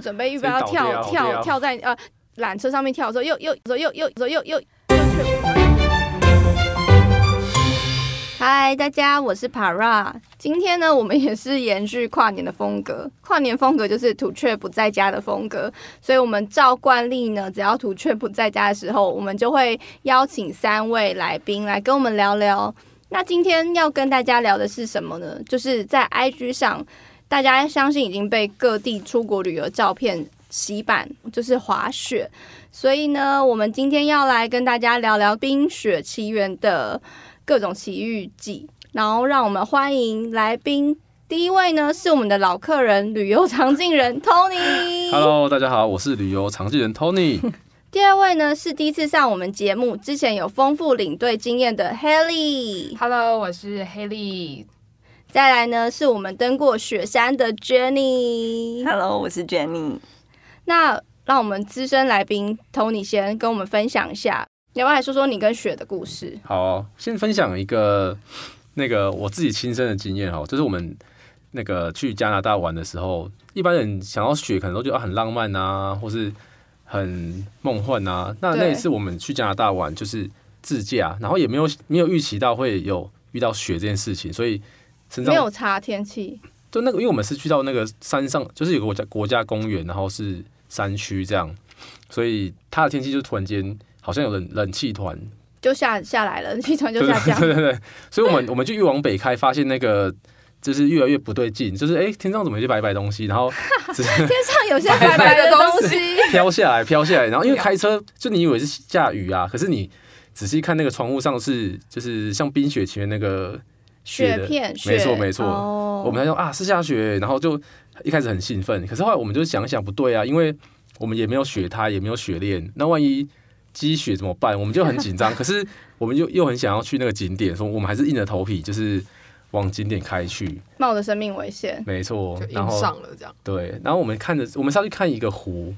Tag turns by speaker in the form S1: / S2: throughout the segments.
S1: 准备预备要
S2: 自己倒
S1: 跳
S2: 掉啊倒
S1: 跳
S2: 掉
S1: 跳在呃缆车上面跳的时候，又又又又又又又又又却。嗨，大家，我是 Para。今天呢，我们也是延续跨年的风格，跨年风格就是土雀不在家的风格，所以我们照惯例呢，只要土雀不在家的时候，我们就会邀请三位来宾来跟我们聊聊。那今天要跟大家聊的是什么呢？就是在 IG 上，大家相信已经被各地出国旅游照片洗版，就是滑雪。所以呢，我们今天要来跟大家聊聊《冰雪奇缘》的各种奇遇记。然后，让我们欢迎来宾。第一位呢是我们的老客人、旅游常进人 Tony。
S2: Hello，大家好，我是旅游常记人 Tony。
S1: 第二位呢是第一次上我们节目，之前有丰富领队经验的 Haley。
S3: Hello，我是 Haley。
S1: 再来呢是我们登过雪山的 Jenny。
S4: Hello，我是 Jenny。
S1: 那让我们资深来宾 Tony 先跟我们分享一下，你要不要来说说你跟雪的故事？
S2: 好，先分享一个那个我自己亲身的经验哈，就是我们那个去加拿大玩的时候，一般人想到雪可能都觉得啊很浪漫啊，或是很梦幻啊。那
S1: 对
S2: 那一次我们去加拿大玩就是自驾，然后也没有没有预期到会有遇到雪这件事情，所以身
S1: 没
S2: 上
S1: 有差天气，
S2: 就那个，因为我们是去到那个山上，就是有个国家国家公园，然后是山区这样，所以它的天气就突然间好像有冷冷气团，
S1: 就下下来了，气团
S2: 对
S1: 就下降。
S2: 对对对，所以我们我们就越往北开，发现那个就是越来越不对劲，就是哎、诶天上怎么有一些白白东西，然后只是
S1: 天上有些 白白的东西，
S2: 飘下来飘下来，然后因为开车就你以为是下雨啊，可是你仔细看那个窗户上是就是像冰雪奇缘那个雪
S1: 雪
S2: 的
S1: 片，雪
S2: 没错没错，
S1: 哦
S2: 我们才说啊是下雪，然后就一开始很兴奋，可是后来我们就想一想不对啊，因为我们也没有雪胎，也没有雪链，那万一积雪怎么办？我们就很紧张，可是我们又又很想要去那个景点，说我们还是硬着头皮就是往景点开去，
S1: 冒着生命危险，
S2: 没错
S3: 就，
S2: 然
S3: 硬
S2: 后
S3: 上了这样，
S2: 对，然后我们看着我们是要去看一个湖，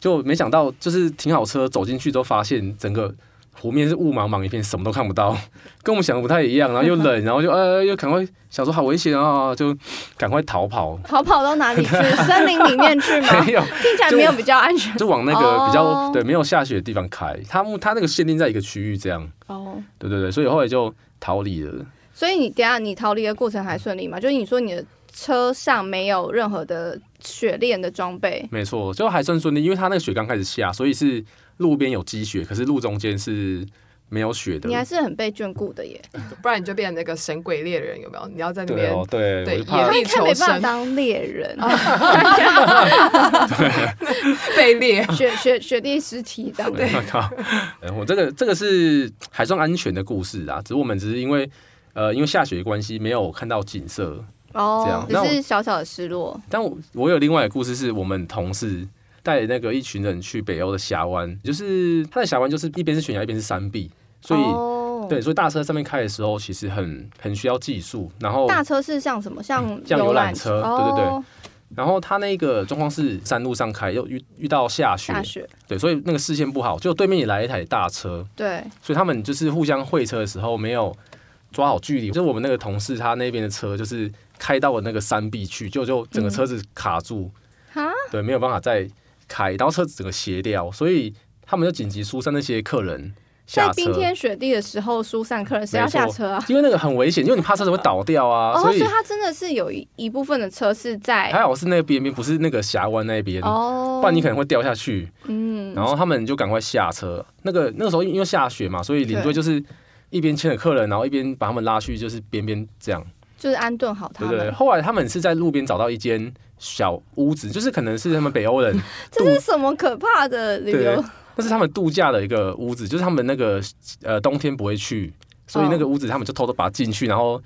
S2: 就没想到就是停好车走进去之后，发现整个。湖面是雾茫茫一片，什么都看不到，跟我们想的不太一样。然后又冷，然后就呃，又赶快想说好危险啊，就赶快逃跑。
S1: 逃跑到哪里去？森林里面去 吗？
S2: 没有，
S1: 听起来 没有比较安 全
S2: 就往那个比较、
S1: 哦
S2: 对没有下雪的地方开。它它那个限定在一个区域这样，
S1: 哦。
S2: 对对对，所以后来就逃离了。
S1: 所以你等一下你逃离的过程还顺利吗？就是你说你的车上没有任何的雪链的装备，
S2: 没错，就还算顺利，因为它那个雪刚开始下，所以是路边有积雪，可是路中间是没有雪的
S1: 你。还是很被眷顾的 耶。
S3: 不然你就变成那个神鬼猎人，有没有？你要在那
S2: 对
S3: 边
S2: 哦，对，
S3: 对
S2: 我就
S3: 野
S2: 怕
S1: 他应
S3: 地
S1: 该没
S3: 求
S1: 办法
S3: 生
S1: 当猎 人，
S2: 啊
S3: 被 猎。
S1: 雪雪雪地尸体这样子。
S2: 我 靠！呃我这个这个是还算安全的故事啊，只是我们只是因为呃因为下雪的关系没有看到景色，这
S1: 哦
S2: 样，
S1: 只
S2: 那我
S1: 是小小的失落。
S2: 但我我有另外一个故事，是我们同事带那个一群人去北欧的峡湾，就是它的峡湾就是一边是悬崖，一边是山壁，所以、
S1: 哦
S2: 对，所以大车上面开的时候，其实很很需要技术。然后
S1: 大车是像什么？像
S2: 嗯像游
S1: 览
S2: 览车对对对
S1: 哦
S2: 然后它那个状况是山路上开，又遇遇到下雪，
S1: 大雪，
S2: 对，所以那个视线不好，就对面也来一台大车，
S1: 对，
S2: 所以他们就是互相会车的时候没有抓好距离，就是我们那个同事他那边的车就是开到了那个山壁去，就就整个车子卡住。
S1: 嗯哈，
S2: 对，没有办法再开，然后车子整个斜掉，所以他们就紧急疏散那些客人
S1: 在
S2: 下车
S1: 冰，天雪地的时候疏散客人，谁要
S2: 没错
S1: 下车啊？
S2: 因为那个很危险，因为你怕车子会倒掉
S1: 哦，
S2: 啊，所
S1: 所
S2: 以
S1: 以它真的是有一一部分的车是在
S2: 还好是那边边不是那个峡湾那边，
S1: 哦，
S2: 不然你可能会掉下去。
S1: 嗯
S2: 然后他们就赶快下车，那个那个时候因为下雪嘛，所以领队
S1: 对
S2: 就是。一边牵着客人，然后一边把他们拉去，就是边边这样，
S1: 就是安顿好他
S2: 对对对。
S1: 们。
S2: 后来他们是在路边找到一间小屋子，就是可能是他们北欧人
S1: 这是什么可怕的旅
S2: 对
S1: 游？
S2: 那是他们度假的一个屋子，就是他们那个呃冬天不会去，所以那个屋子他们就偷偷把它进去，然后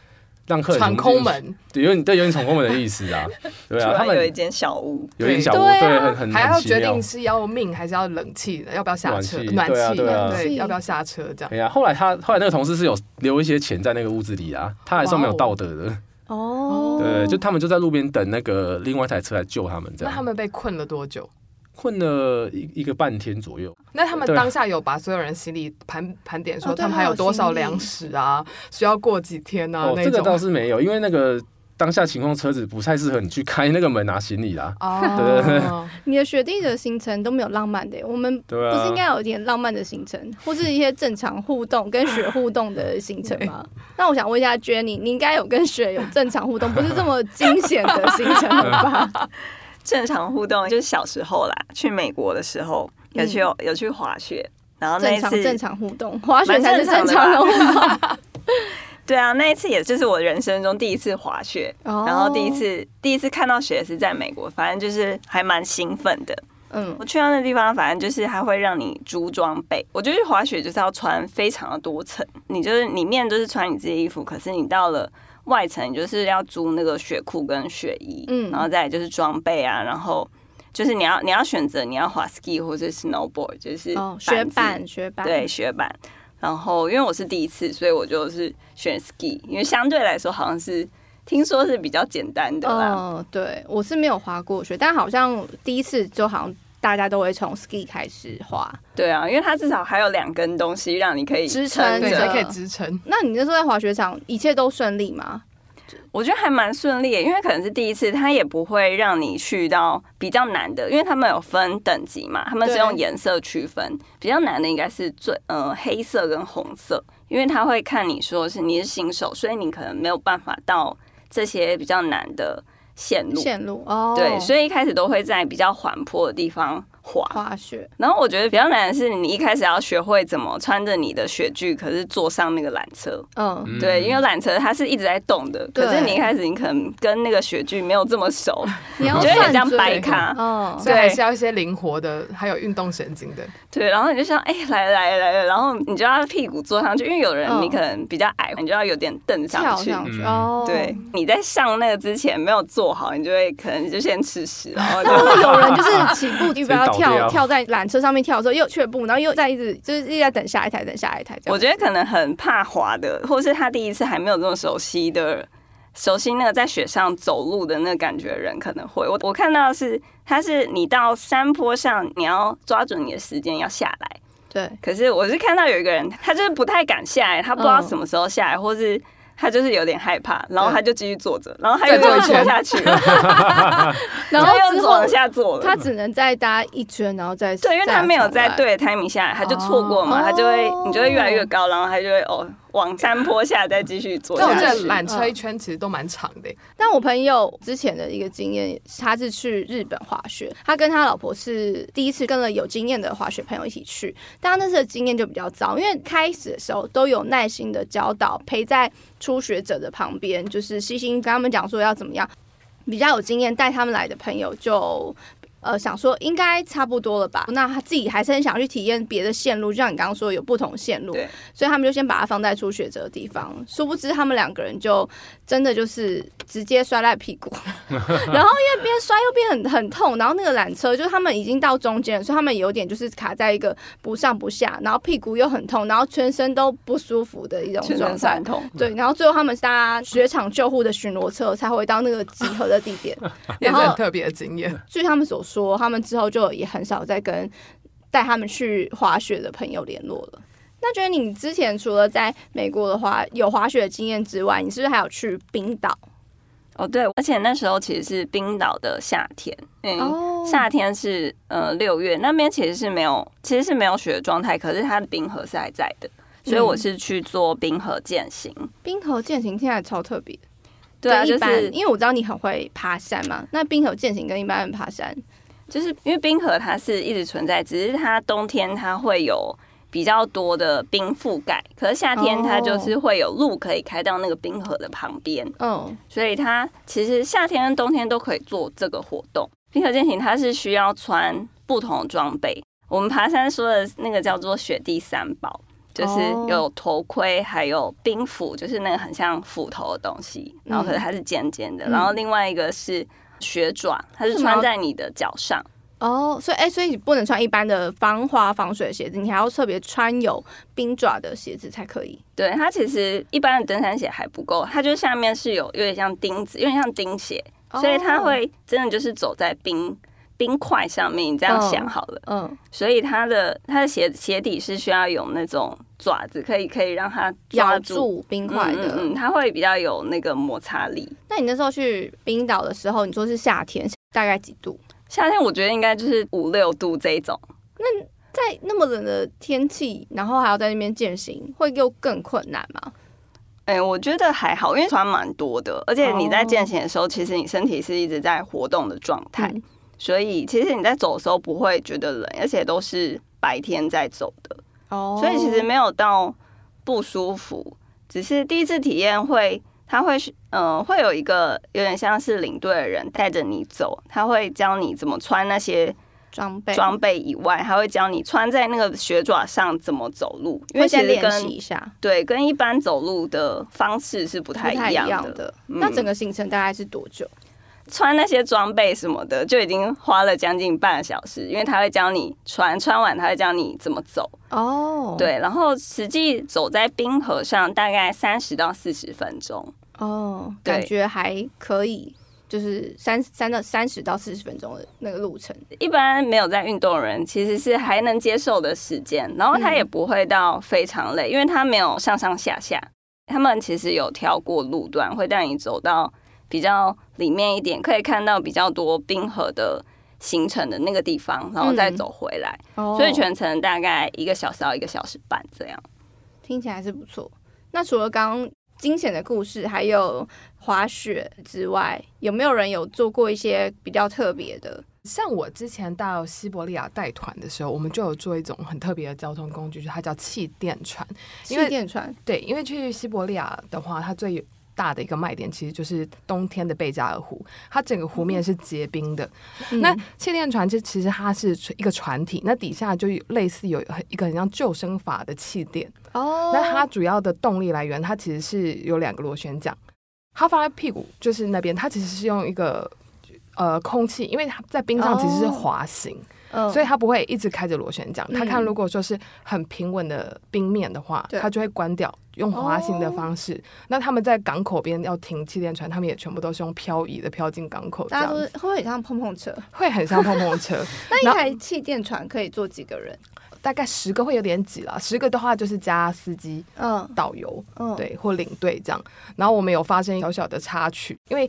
S2: 让客人
S3: 闯空，门，
S2: 对，有点对有点闯空门的意思啊，对
S4: 突
S2: 啊，他
S4: 然
S2: 们
S4: 有一间小屋，
S2: 有点小屋，
S1: 对啊
S2: 对，很很
S3: 还要
S2: 很奇
S3: 决
S2: 妙
S3: 定。是要命还是要冷气的，要不要下车？
S2: 暖
S3: 暖
S2: 气
S3: 气，
S2: 对啊
S1: 对啊
S3: 要不要下车？这样
S2: 哎呀，后来他后来那个同事是有留一些钱在那个屋子里啊，他还算蛮有道德的，
S1: 哦，
S2: 对，就他们就在路边等那个另外一台车来救他们，这
S3: 那
S2: 样
S3: 他们被困了多久？
S2: 困了一一个半天左右，
S3: 那他们
S2: 对啊
S3: 当下有把所有人行李盘盘点，
S1: 哦
S3: 说
S1: 对
S3: 他们还有多少粮食啊，需要过几天啊
S2: 哦，
S3: 那
S2: 这个倒
S3: 种。
S2: 是没有，因为那个当下情况车子不太适合你去开那个门拿行李啊啦。
S3: 哦，
S1: 你的雪地的行程都没有浪漫的耶，我们
S2: 对
S1: 不是应
S2: 啊，
S1: 该有一点浪漫的行程，或是一些正常互动跟雪互动的行程吗？那我想问一下 Jenny，你应该有跟雪有正常互动，不是这么惊险的行程了 吧？
S4: 正常互动就是小时候啦，去美国的时候有去、有去滑雪，然后那
S1: 嗯正
S4: 一
S1: 常
S4: 次
S1: 正常互动，滑雪
S4: 蛮
S1: 才是正
S4: 正
S1: 常
S4: 常
S1: 的
S4: 的
S1: 互动。
S4: 对啊，那一次也就是我人生中第一次滑雪，
S1: 哦
S4: 然后第一，次第一次看到雪是在美国，反正就是还蛮兴奋的。
S1: 嗯
S4: 我去到那地方，反正就是它会让你租装备。我觉得滑雪就是要穿非常的多层，你就是里面就是穿你自己的衣服，可是你到了外层，你就是要租那个雪裤跟雪衣，
S1: 嗯
S4: 然后再来就是装备啊，然后就是你要你要选择你要滑 ski 或者 snowboard，就是
S1: 哦，雪
S4: 子
S1: 板雪板，
S4: 对，雪板。然后因为我是第一次，所以我就是选 ski，因为相对来说好像是听说是比较简单的啦。
S1: 哦，对，我是没有滑过雪，但好像第一次就好像大家都会从 ski 开始滑。
S4: 对啊，因为它至少还有两根东西让你可以
S1: 支撑
S4: 着
S3: 对，才可以支撑。
S1: 那你那时候在滑雪场，一切都顺利吗？
S4: 我觉得还蛮顺利的，因为可能是第一次，它也不会让你去到比较难的，因为他们有分等级嘛，他们是
S1: 对
S4: 用颜色区分，比较难的应该是最呃黑色跟红色，因为他会看你说是你是新手，所以你可能没有办法到这些比较难的线路。
S1: 线路哦，
S4: 对，所
S1: 以
S4: 以一开始都会在比较缓坡的地方滑，
S1: 滑雪
S4: 然后我觉得比较难的是，你一开始要学会怎么穿着你的雪具，可是坐上那个缆车。
S1: 嗯，
S2: 嗯
S4: 对，因为缆车它是一直在动的，
S1: 对
S4: 可是你一开始你可能跟那个雪具没有这么熟，
S1: 你要
S4: 你觉得
S1: 算
S4: 很像
S1: 准
S4: 白卡，
S1: 哦，
S3: 所以
S4: 对
S3: 还是要一些灵活的，还有运动神经的。
S4: 对，然后你就想，哎、来了来了来了，然后你就要屁股坐上去，因为有人
S1: 嗯
S4: 你可能比较矮，你就要有点蹬上
S1: 跳
S4: 去。
S1: 上去
S2: 嗯
S1: 哦，
S4: 对，你在上那个之前没有做好，你就会可能就先吃屎，然 后就
S1: 然后有人就是起步预备要
S2: 直接倒
S1: 跳
S2: 掉
S1: 跳在缆车上面跳的时候又却步，然后又在一直就是一直在等下一台等下一台这样。
S4: 我觉得可能很怕滑的，或是他第一次还没有这么熟悉的、熟悉那个在雪上走路的那个感觉的人可能会。我我看到的是，他是你到山坡上，你要抓准你的时间要下来。
S1: 对，
S4: 可是我是看到有一个人，他就是不太敢下来，他不知道什么时候下来，或是。他就是有点害怕，然后他就继续坐着，然后他又
S3: 再坐一
S4: 又坐
S3: 圈
S4: 下去，
S1: 然后
S4: 他又
S1: 之
S4: 坐
S1: 后
S4: 往下坐了。
S1: 他只能再搭一圈，然后再
S4: 对，因为他没有在
S1: 再
S4: 对的 timing 下来，他就错过嘛，
S1: 哦
S4: 他就会你就会越来越高，然后他就会哦往山坡下再继续做
S3: 但我
S4: 下
S3: 记得
S4: 去。
S3: 缆车一圈其实都蛮长的，
S1: 但我朋友之前的一个经验，他是去日本滑雪，他跟他老婆是第一次跟了有经验的滑雪朋友一起去，但他那次的经验就比较糟，因为开始的时候都有耐心的教导，陪在初学者的旁边，就是细心跟他们讲说要怎么样。比较有经验带他们来的朋友就。呃，想说应该差不多了吧？那他自己还是很想去体验别的线路，就像你刚刚说有不同线路
S4: 对，
S1: 所以他们就先把它放在初学者的地方。殊不知他们两个人就真的就是直接摔烂屁股， 然后因为边摔又边很很痛，然后那个缆车就是他们已经到中间了，所以他们有点就是卡在一个不上不下，然后屁股又很痛，然后全身都不舒服的一种
S4: 全
S1: 状态
S4: 身酸。痛，
S1: 对，然后最后他们是搭雪场救护的巡逻车才回到那个集合的地 点。然
S3: 也是很
S1: 后嗯
S3: 特别的经验。
S1: 据他们所说，他们之后就也很少再跟带他们去滑雪的朋友联络了。那觉得你之前除了在美国的滑有滑雪的经验之外，你是不是还有去冰岛？
S4: 哦对，而且那时候其实是冰岛的夏天，嗯，
S1: 哦
S4: 夏天是呃六月，那边其实是没有，其实是没有雪的状态，可是它的冰河是还在的，所以
S1: 嗯
S4: 我是去做冰河践行。
S1: 冰河健行听起来超特别，
S4: 对啊，
S1: 跟一
S4: 就
S1: 般
S4: 是
S1: 因为我知道你很会爬山嘛，那冰河健行跟一般人爬山
S4: 就是因为冰河它是一直存在，只是它冬天它会有比较多的冰覆盖，可是夏天
S1: 哦
S4: 它就是会有路可以开到那个冰河的旁边，
S1: 嗯，
S4: 所以它其实夏天跟冬天都可以做这个活动。冰河健行它是需要穿不同的装备，我们爬山说的那个叫做雪地三宝。就是
S1: 哦
S4: 有头盔，还有冰斧，就是那个很像斧头的东西，然后可是它是尖尖的。
S1: 嗯
S4: 然后另外一个是雪爪，它是
S1: 为什么要
S4: 穿在你的脚上。
S1: 哦，所以哎、所以你不能穿一般的防滑防水的鞋子，你还要特别穿有冰爪的鞋子才可以。
S4: 对，它其实一般的登山鞋还不够，它就下面是有有点像钉子，有点像钉鞋，所以
S1: 哦
S4: 它会真的就是走在冰冰块上面。你这样想好了，
S1: 哦，嗯，
S4: 所以它的它的鞋鞋底是需要有那种爪子可以可以让它抓
S1: 咬
S4: 住
S1: 住冰
S4: 嗯
S1: 块的。
S4: 嗯嗯，它会比较有那个摩擦力。
S1: 那你那时候去冰岛的时候，你说是夏天，大概几度？
S4: 夏天我觉得应该就是五六度这一种，
S1: 在那么冷的天气，然后还要在那边践行，会又更困难吗？
S4: 哎、我觉得还好，因为穿蛮多的，而且你
S1: 哦
S4: 在健行的时候，其实你身体是一直在活动的状态，
S1: 嗯
S4: 所以其实你在走的时候不会觉得冷，而且都是白天在走的，
S1: 哦
S4: 所以其实没有到不舒服，只是第一次体验会，他会是呃会有一个有点像是领队的人带着你走，他会教你怎么穿那些
S1: 装备
S4: 装备以外，还会教你穿在那个雪爪上怎么走路，因为
S1: 会
S4: 其
S1: 先
S4: 实
S1: 练习
S4: 跟
S1: 一下，
S4: 对跟一般走路的方式是
S1: 不
S4: 不太
S1: 太
S4: 一
S1: 一
S4: 样
S1: 样
S4: 的。
S1: 的。
S4: 嗯
S1: 那整个行程大概是多久？
S4: 穿那些装备什么的，就已经花了将近半个小时，因为他会教你穿，穿完他会教你怎么走。
S1: 哦，
S4: 对，然后实际走在冰河上大概三十到四十分钟。
S1: 哦，
S4: 对
S1: 感觉还可以，就是三三到三十到四十分钟的那个路程。
S4: 一般没有在运动的人其实是还能接受的时间，然后他也不会到非常累，因为他没有上上下下。他们其实有挑过路段，会带你走到比较里面一点，可以看到比较多冰河的形成的那个地方，然后再走回来。
S1: 哦
S4: 所以全程大概一个小时到一个小时半这样。
S1: 听起来是不错。那除了刚刚惊险的故事，还有滑雪之外，有没有人有做过一些比较特别的？
S3: 像我之前到西伯利亚带团的时候，我们就有做一种很特别的交通工具，就是它叫气垫船。
S1: 气
S3: 因为
S1: 垫船
S3: 对，因为去西伯利亚的话，它最大的一个卖点其实就是冬天的贝加尔湖，它整个湖面
S1: 嗯
S3: 是结冰的。那气垫船就其实它是一个船体，那底下就有类似有很一个很像救生筏的气垫，
S1: 哦，
S3: 那它主要的动力来源，它其实是有两个螺旋桨，它放在屁股就是那边，它其实是用一个。呃，空气，因为它在冰上其实是
S1: 哦
S3: 滑行
S1: 嗯
S3: 所以它不会一直开着螺旋桨。它看
S1: 嗯
S3: 如果说是很平稳的冰面的话，
S1: 对
S3: 它就会关掉，用滑行的
S1: 哦
S3: 方式。那他们在港口边要停气垫船，他们也全部都是用漂移的漂进港口，这
S1: 大家
S3: 样
S1: 都是
S3: 子
S1: 会不会很像碰碰车？
S3: 会很像碰碰车。
S1: 那一
S3: 然后
S1: 台气垫船可以坐几个人？
S3: 大概十个会有点挤啦，十个的话就是加司机、
S1: 嗯
S3: 导游，
S1: 嗯，，
S3: 对，或领队这样。然后我们有发生小小的插曲，因为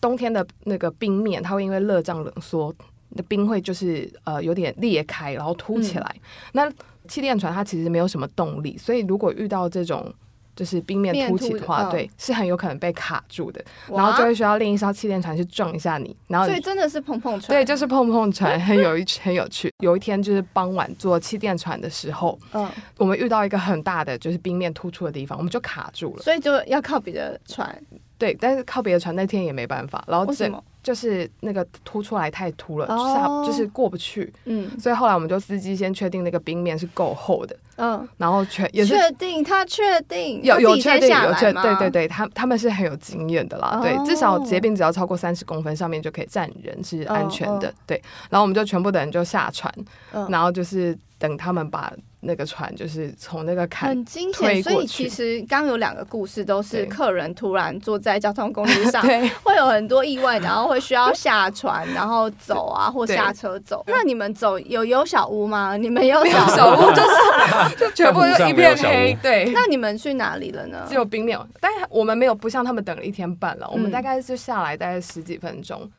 S3: 冬天的那个冰面，它会因为热胀冷缩，你的冰会就是呃有点裂开，然后凸
S1: 嗯
S3: 起来。那气垫船它其实没有什么动力，所以如果遇到这种就是冰面
S1: 面
S3: 凸起
S1: 凸
S3: 的话，
S1: 嗯
S3: 对，是很有可能被卡住的，
S1: 哇
S3: 然后就会需要另一艘气垫船去撞一下你，然后
S1: 所
S3: 你
S1: 以真的是碰碰船。
S3: 对，就是碰碰船，很有一很有趣。有一天就是傍晚坐气垫船的时候，
S1: 嗯，
S3: 我们遇到一个很大的就是冰面突出的地方，我们就卡住了。
S1: 所以就要靠别的船。
S3: 对，但是靠别的船那天也没办法，然后
S1: 为什
S3: 这
S1: 么？
S3: 就是那个凸出来太凸了，下
S1: 哦
S3: 就是过不去，
S1: 嗯
S3: 所以后来我们就司机先确定那个冰面是够厚的，
S1: 嗯，
S3: 然后全也是
S1: 确定他确定
S3: 有
S1: 他
S3: 有
S1: 自己
S3: 确
S1: 先
S3: 定
S1: 下
S3: 有
S1: 来
S3: 确
S1: 吗
S3: 对对对，他他们是很有经验的啦，对
S1: 哦，
S3: 至少结冰只要超过三十公分，上面就可以站人是安全的，对，然后我们就全部的人就下船，
S1: 嗯
S3: 然后就是等他们把那个船就是从那个坎
S1: 很惊险，
S3: 推
S1: 所
S3: 过
S1: 以
S3: 去
S1: 其实刚有两个故事都是
S3: 对
S1: 客人突然坐在交通工具上，
S3: 对。
S1: 会有很多意外，然后会需要下船，然后走啊或
S3: 对
S1: 下车走。那你们走有有小屋吗？你们有小屋？
S3: 小屋就是 就全部就
S2: 在湖
S3: 一片
S2: 上没有
S3: 黑
S2: 小屋，
S3: 对，
S1: 那你们去哪里了呢
S3: 只？有冰面，但是我们没有不像他们等了一天半了，我
S1: 嗯
S3: 们大概就下来大概十几分钟。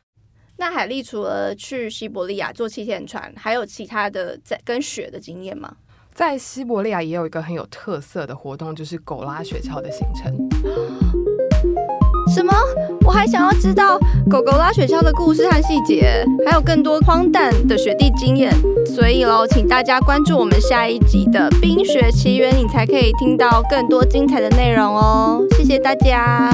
S1: 那海丽除了去西伯利亚坐气垫船，还有其他的在跟雪的经验吗？
S3: 在西伯利亚也有一个很有特色的活动，就是狗拉雪橇的行程。
S1: 什么？我还想要知道狗狗拉雪橇的故事和细节，还有更多荒诞的雪地经验。所以喽，请大家关注我们下一集的《冰雪奇缘》，你才可以听到更多精彩的内容哦。谢谢大家。